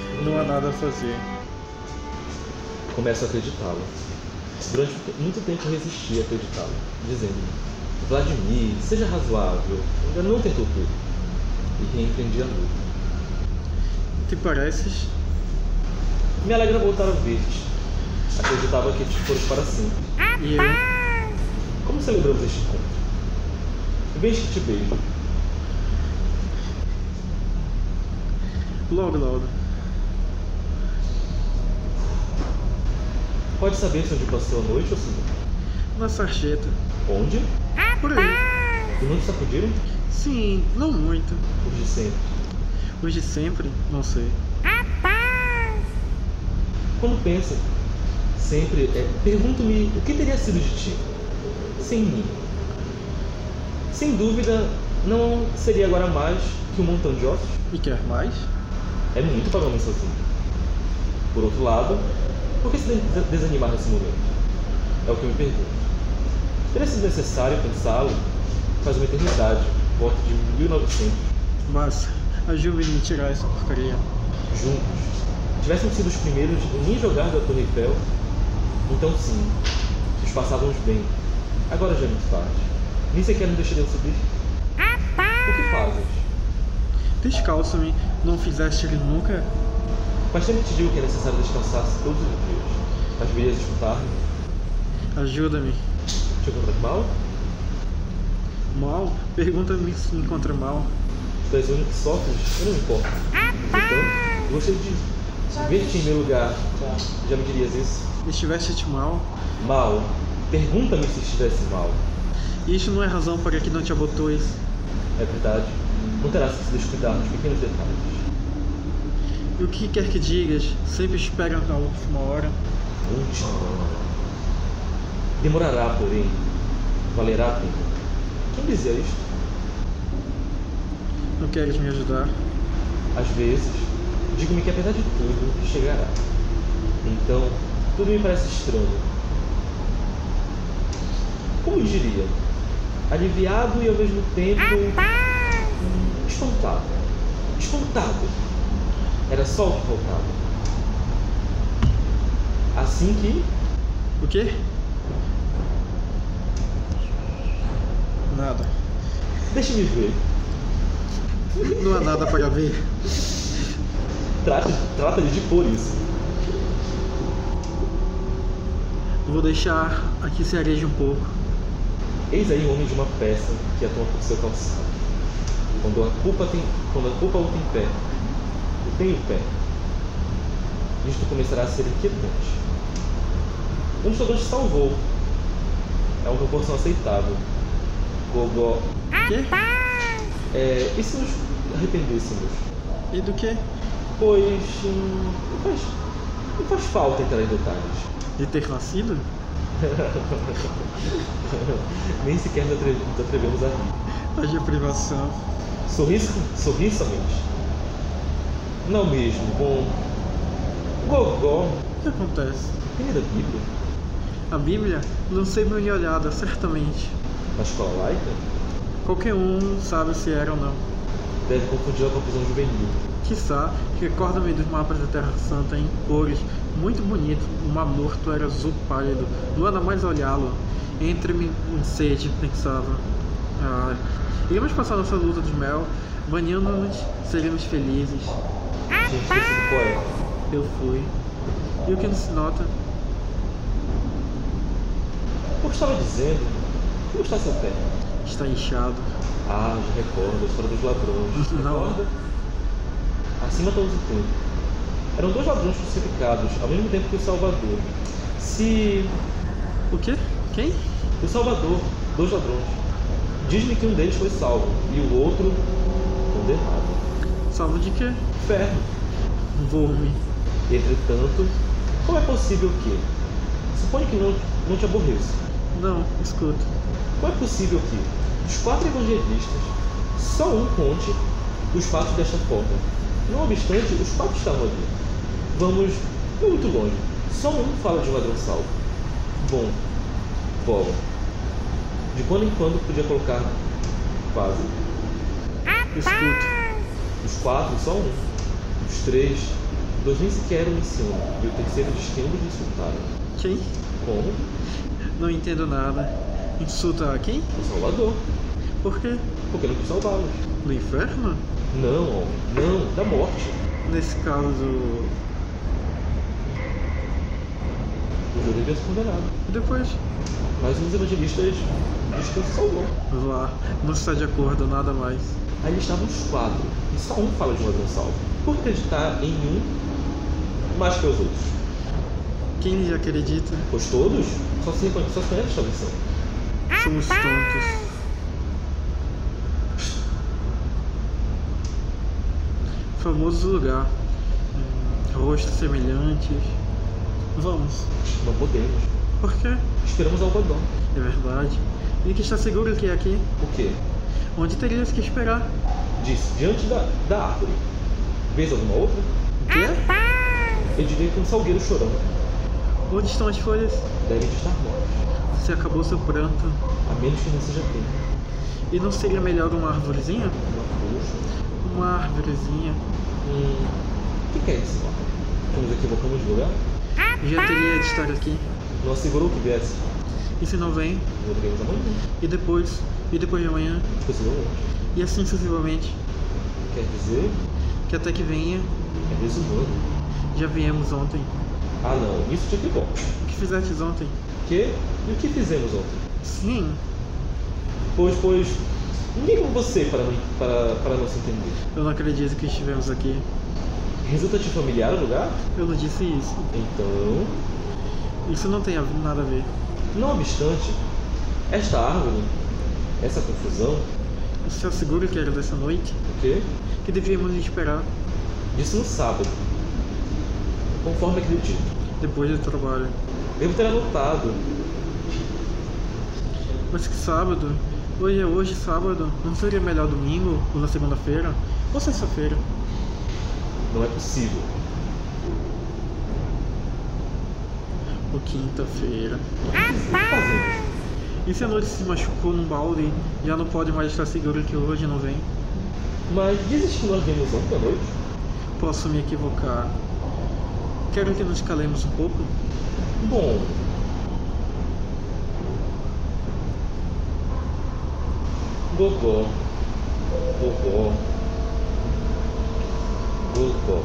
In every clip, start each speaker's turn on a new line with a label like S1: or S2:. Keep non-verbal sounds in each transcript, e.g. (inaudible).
S1: a fazer.
S2: Começo a acreditá-lo. Durante muito tempo eu resisti a acreditá-lo, dizendo-me: Vladimir, seja razoável, ainda não tentou tudo. E reempreendi a luta.
S1: Te pareces?
S2: Me alegra voltar a ver-te. Acreditava que te fores para sempre.
S1: E é. eu?
S2: Como celebramos este encontro? Vejo que te beijo.
S1: Logo, logo.
S2: Pode saber-se onde passou a noite, ou senhor?
S1: Na sarjeta.
S2: Onde?
S1: Por aí.
S2: E não te sacudiram?
S1: Sim, não muito.
S2: Os de sempre.
S1: Hoje sempre, não sei.
S2: Quando penso, sempre é, pergunto-me o que teria sido de ti sem mim. Sem dúvida, não seria agora mais que um montão de ossos.
S1: E quer mais?
S2: É muito para um homem sozinho. Por outro lado, por que se de- desanimar nesse momento? É o que eu me pergunto. Teria sido necessário pensá-lo faz uma eternidade, volta de 1900,
S1: Mas ajude-me a tirar essa porcaria.
S2: juntos, tivéssemos sido os primeiros em nem jogar da Torre Eiffel, então sim, nos passávamos bem. Agora já é muito tarde. Nem sequer me deixariam subir. O que fazes?
S1: Descalço-me, não fizeste ele nunca?
S2: Mas sempre te digo que é necessário descansar todos os dias. Mas deverias escutar-me.
S1: Ajuda-me.
S2: Te encontras mal?
S1: Mal? Pergunta-me se me encontra mal.
S2: Tu és o único que sofres? Eu não me importo. Então, Portanto, gostaria de ver-te em meu lugar. Já me dirias isso?
S1: Estiveste-te mal?
S2: Mal. Pergunta-me se estivesse mal.
S1: Isso não é razão para que não te abotoes.
S2: É verdade. Não terás que se descuidar dos pequenos detalhes.
S1: E o que quer que digas, sempre espera na última hora.
S2: Último. Demorará, porém. Valerá a pena. Quem dizia isto?
S1: Não queres me ajudar?
S2: Às vezes, digo-me que apesar de tudo, chegará. Então, tudo me parece estranho. Como diria? Aliviado e ao mesmo tempo. hum, espantado. Espantado. Era só o que faltava. Assim que.
S1: O quê? Nada.
S2: Deixe-me ver.
S1: Não há nada para ver.
S2: Trata- Trata-lhe de pôr isso.
S1: Vou deixar aqui se areje um pouco.
S2: Eis aí o homem de uma peça que atua por seu calçado. Quando a culpa tem, quando a culpa o tem pé, o tem o pé. Isto começará a ser inquietante. Um jogador te salvou. É uma proporção aceitável. Gogó,
S1: O quê?
S2: é, e se nos arrependêssemos?
S1: E do quê?
S2: Pois hum, não, faz, não faz falta entrar em detalhes. (laughs)
S1: De ter nascido?
S2: Nem sequer nos atre- nos atrevemos a rir.
S1: Haja Tá privação.
S2: Sorri, sorri somente. Não mesmo, bom. Gogó,
S1: O que acontece?
S2: tem da Bíblia?
S1: A Bíblia não sempre me olhada, certamente.
S2: Mas qual laica?
S1: Qualquer um sabe se era ou não.
S2: Deve confundir com a prisão juvenil.
S1: Quiçá, recorda-me dos mapas da Terra Santa em cores, muito bonito, o mar morto era azul pálido, não era mais olhá-lo. Entre-me em sede, pensava. Ah, iremos passar nossa luta de mel, banhando-nos, seremos felizes.
S2: Tinha que ter sido poeta.
S1: Eu fui. E o que não se nota?
S2: Como estava dizendo, como está seu pé?
S1: Está inchado.
S2: Ah, já recordo, a história dos ladrões.
S1: Não.
S2: Recorda? Acima todos o tempo. Eram dois ladrões crucificados ao mesmo tempo que o Salvador. Se
S1: O quê? Quem?
S2: O Salvador, dois ladrões. Diz-me que um deles foi salvo e o outro condenado.
S1: Salvo de quê?
S2: Inferno.
S1: Vou-me.
S2: Entretanto, como é possível que? Suponho que não, não te aborreça.
S1: Não, escuta.
S2: Como é possível que, dos quatro evangelistas, só um conte os fatos desta forma? Não obstante, os fatos estavam ali. Vamos não muito longe. Só um fala de um ladrão salvo. Bom, bola. De quando em quando podia colocar quase.
S1: Escuta.
S2: Os quatro, só um. Os três, Dois nem sequer o ensinam, e o terceiro descamba de insultaram.
S1: Quem?
S2: Como?
S1: Não entendo nada. Insulta a quem?
S2: O Salvador,
S1: Por quê?
S2: porque não quis salvá-los.
S1: No inferno?
S2: Não, homem, não, da morte.
S1: Nesse caso.
S2: O judeu devia ser condenado.
S1: E depois?
S2: Mas os evangelistas diz que o salvou.
S1: Vá, não está de acordo, nada mais.
S2: Aí eles estavam os quatro, e só um fala de um ladrão salvo. Por acreditar em um mais que os outros?
S1: Quem lhe acredita?
S2: Pois todos só se, reconhe- só se conhece esta versão.
S1: Somos tontos. Famoso lugar. Hum, Rostos semelhantes. Vamos.
S2: Não podemos.
S1: Por quê?
S2: Esperamos Algodão.
S1: É verdade. E que está seguro que é aqui?
S2: Por quê?
S1: Onde teríamos que esperar?
S2: Disse, diante da, da árvore. Vês alguma outra?
S1: O quê?
S2: Eu diria que um salgueiro chorando.
S1: Onde estão as folhas?
S2: Devem estar mortos.
S1: Você acabou seu pranto.
S2: A menos que não seja tempo.
S1: E não seria melhor uma arvorezinha?
S2: Uma coxa.
S1: Uma arvorezinha.
S2: Hum. O que, que é isso? Que nos equivocamos de lugar?
S1: Já teria de estar aqui.
S2: Não assegurou que viesse.
S1: E se não vem?
S2: Voltaremos amanhã.
S1: E depois? E depois de amanhã?
S2: Possivelmente.
S1: E assim sucessivamente.
S2: Tipo Quer dizer,
S1: Que até que venha,
S2: é desumano.
S1: já viemos ontem.
S2: Ah não, isso tinha que bom.
S1: O que fizestes ontem?
S2: Que? E o que fizemos ontem?
S1: Sim,
S2: Pois, pois. Ninguém como você para, não- para, para não se entender.
S1: eu não acredito que estivemos aqui.
S2: Resulta-te familiar o lugar?
S1: Eu não disse isso.
S2: Então,
S1: Isso não tem a- nada a ver.
S2: Não obstante, esta árvore, essa confusão,
S1: Você assegura que era dessa noite?
S2: o quê?
S1: Que devíamos esperar
S2: Disse no sábado, conforme acredito.
S1: depois do trabalho.
S2: Devo ter anotado.
S1: Mas que sábado? Hoje é hoje, sábado. Não seria melhor domingo? Ou na segunda-feira? Ou sexta-feira?
S2: Não é possível.
S1: Ou quinta-feira?
S2: Fazemos.
S1: E se a noite se machucou num balde, já não pode mais estar seguro que hoje não vem?
S2: Mas dizes que nós viemos ontem à noite?
S1: Posso me equivocar. Quero que nos calemos um pouco.
S2: Bom. Gogó. Gogó. Gogó.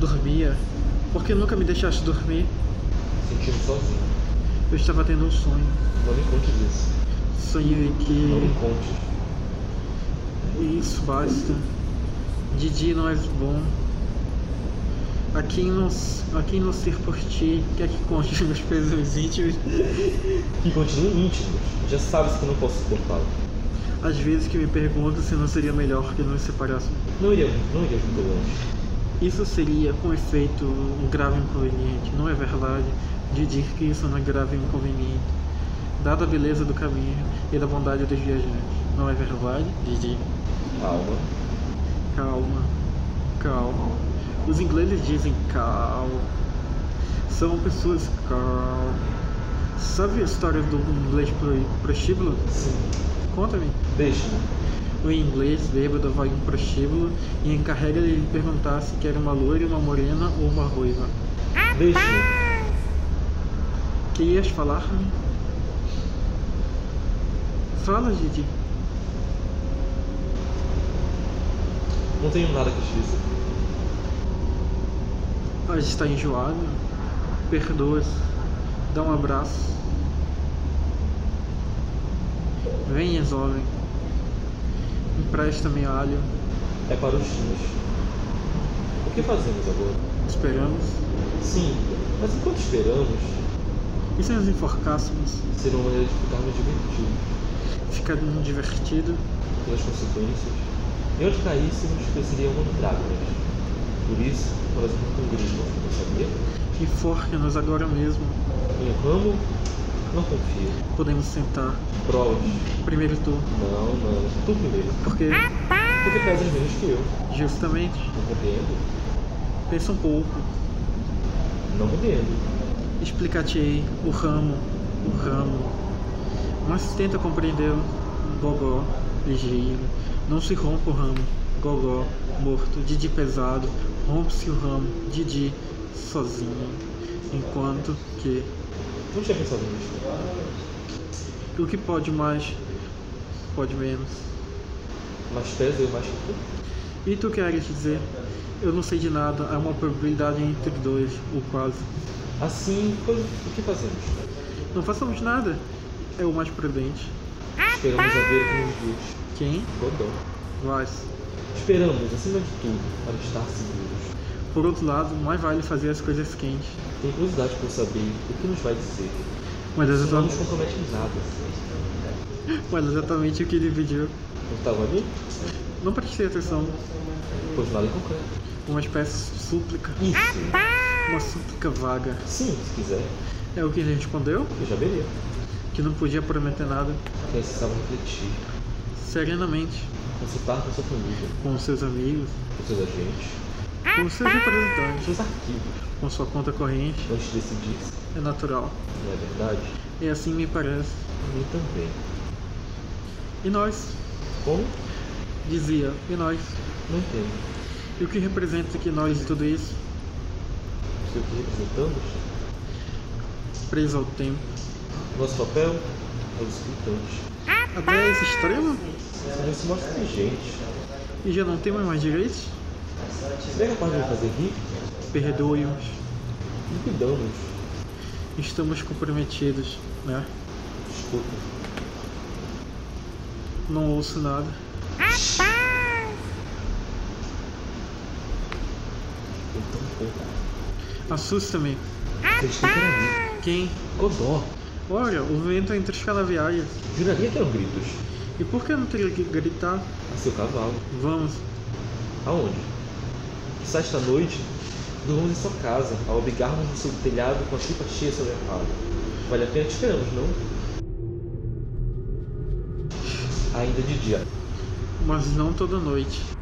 S1: Dormia. Por que nunca me deixaste dormir?
S2: Sentindo sozinho.
S1: Eu estava tendo um sonho.
S2: Não me contes isso.
S1: Sonhei
S2: Não me
S1: que.
S2: contes.
S1: Isso basta. De dia não és bom. A quem não, a quem não ser por ti, quer que conte (laughs) os meus pesos íntimos.
S2: que continuem íntimos. Já sabes que não posso suportá-lo.
S1: Às vezes que me pergunto se não seria melhor que nos separássemos.
S2: Não iria, não iria muito longe.
S1: Isso seria, com efeito, um grave inconveniente. Não é verdade dizer que isso não é grave inconveniente, dada a beleza do caminho e da bondade dos viajantes. Não é verdade, Didi?
S2: Calma.
S1: Calma, calma. Os ingleses dizem calma. São pessoas calmas. Sabe a história do inglês pro- prostíbulo?
S2: Sim.
S1: Conta-me.
S2: Deixe-me.
S1: O inglês bêbado vai em um prostíbulo e encarrega ele de perguntar se quer uma loira, uma morena ou uma ruiva.
S2: Deixe-me.
S1: Que ias falar? Fala, Didi.
S2: Não tenho nada que te dizer.
S1: A gente está enjoado. Perdoa-se. Dá um abraço. Venha, jovem. Empresta-me alho.
S2: É para os times. O que fazemos agora?
S1: Esperamos.
S2: Sim, mas enquanto esperamos,
S1: E se nos enforcássemos?
S2: será uma maneira de ficarmos divertidos
S1: Ficar divertido.
S2: pelas consequências. E onde caíssemos, cresceriam como dragões. Por isso, nós vamos com grisma, não sabia?
S1: Enforca-nos agora mesmo.
S2: Em um ramo, não confio.
S1: Podemos sentar.
S2: Provas.
S1: Primeiro tu.
S2: Não, não. Tu primeiro.
S1: Porque,
S2: Porque pesas menos que eu.
S1: justamente,
S2: Não compreendo?
S1: pensa um pouco.
S2: Não compreendo.
S1: Explicar-te-ei o ramo, o ramo. Mas tenta compreender o gogó ligeiro. Não se rompa o ramo. Gogó, morto, Didi pesado, rompe-se o ramo, Didi, sozinho. Enquanto que.
S2: Não tinha pensado nisso.
S1: O que pode mais, pode menos.
S2: Mas três eu mais que tu.
S1: E tu queres dizer? Eu não sei de nada, é uma probabilidade entre dois, ou quase.
S2: Assim, coisa- o que fazemos?
S1: Não façamos nada, é o mais prudente.
S2: Esperamos a ver como os dias.
S1: Quem?
S2: Godão.
S1: Vaz.
S2: Esperamos, acima de tudo, para estar seguros.
S1: Por outro lado, mais vale fazer as coisas quentes.
S2: Tenho curiosidade por saber o que nos vai dizer.
S1: Mas é
S2: Isso não nos
S1: exatamente,
S2: compromete em nada.
S1: mas é exatamente o que ele pediu.
S2: Não estava ali?
S1: Não prestei atenção.
S2: Pois nada em concreto.
S1: Uma espécie de súplica.
S2: Isso.
S1: Uma súplica vaga.
S2: Sim, se quiser.
S1: É o que ele respondeu?
S2: Eu já veria.
S1: Que não podia prometer nada.
S2: Precisava refletir,
S1: Serenamente.
S2: consultar com sua família,
S1: Com seus amigos.
S2: com seus agentes,
S1: Com seus representantes.
S2: seus arquivos,
S1: Com sua conta corrente.
S2: antes de decidir se
S1: É natural.
S2: não é verdade.
S1: E assim me parece.
S2: A mim também.
S1: E nós?
S2: Como?
S1: Dizia. E nós?
S2: Não entendo.
S1: E o que representa que nós e tudo isso?
S2: Sei o que representamos.
S1: Preso ao tempo.
S2: Nosso papel é os escritantes.
S1: Até esse extremo?
S2: Você não se mostra inteligente.
S1: E já não temos mais direitos?
S2: Você é capaz de me fazer rir?
S1: Perdoe-os.
S2: Liquidamos.
S1: Estamos comprometidos, né?
S2: Desculpa.
S1: Não ouço nada.
S2: Tem tão um pouco.
S1: Assusta-me.
S2: Vocês têm que era mim.
S1: Quem?
S2: Godó.
S1: Olha, o vento é entre os canaviais.
S2: Juraria que eram gritos.
S1: E por que eu não teria que gritar?
S2: A seu cavalo.
S1: Vamos.
S2: Aonde? Só esta noite, dormimos em sua casa, ao abrigarmos no seu telhado com a chupa cheia sobre a palha. Vale a pena te esperamos, não? Ainda de dia.
S1: Mas não toda noite.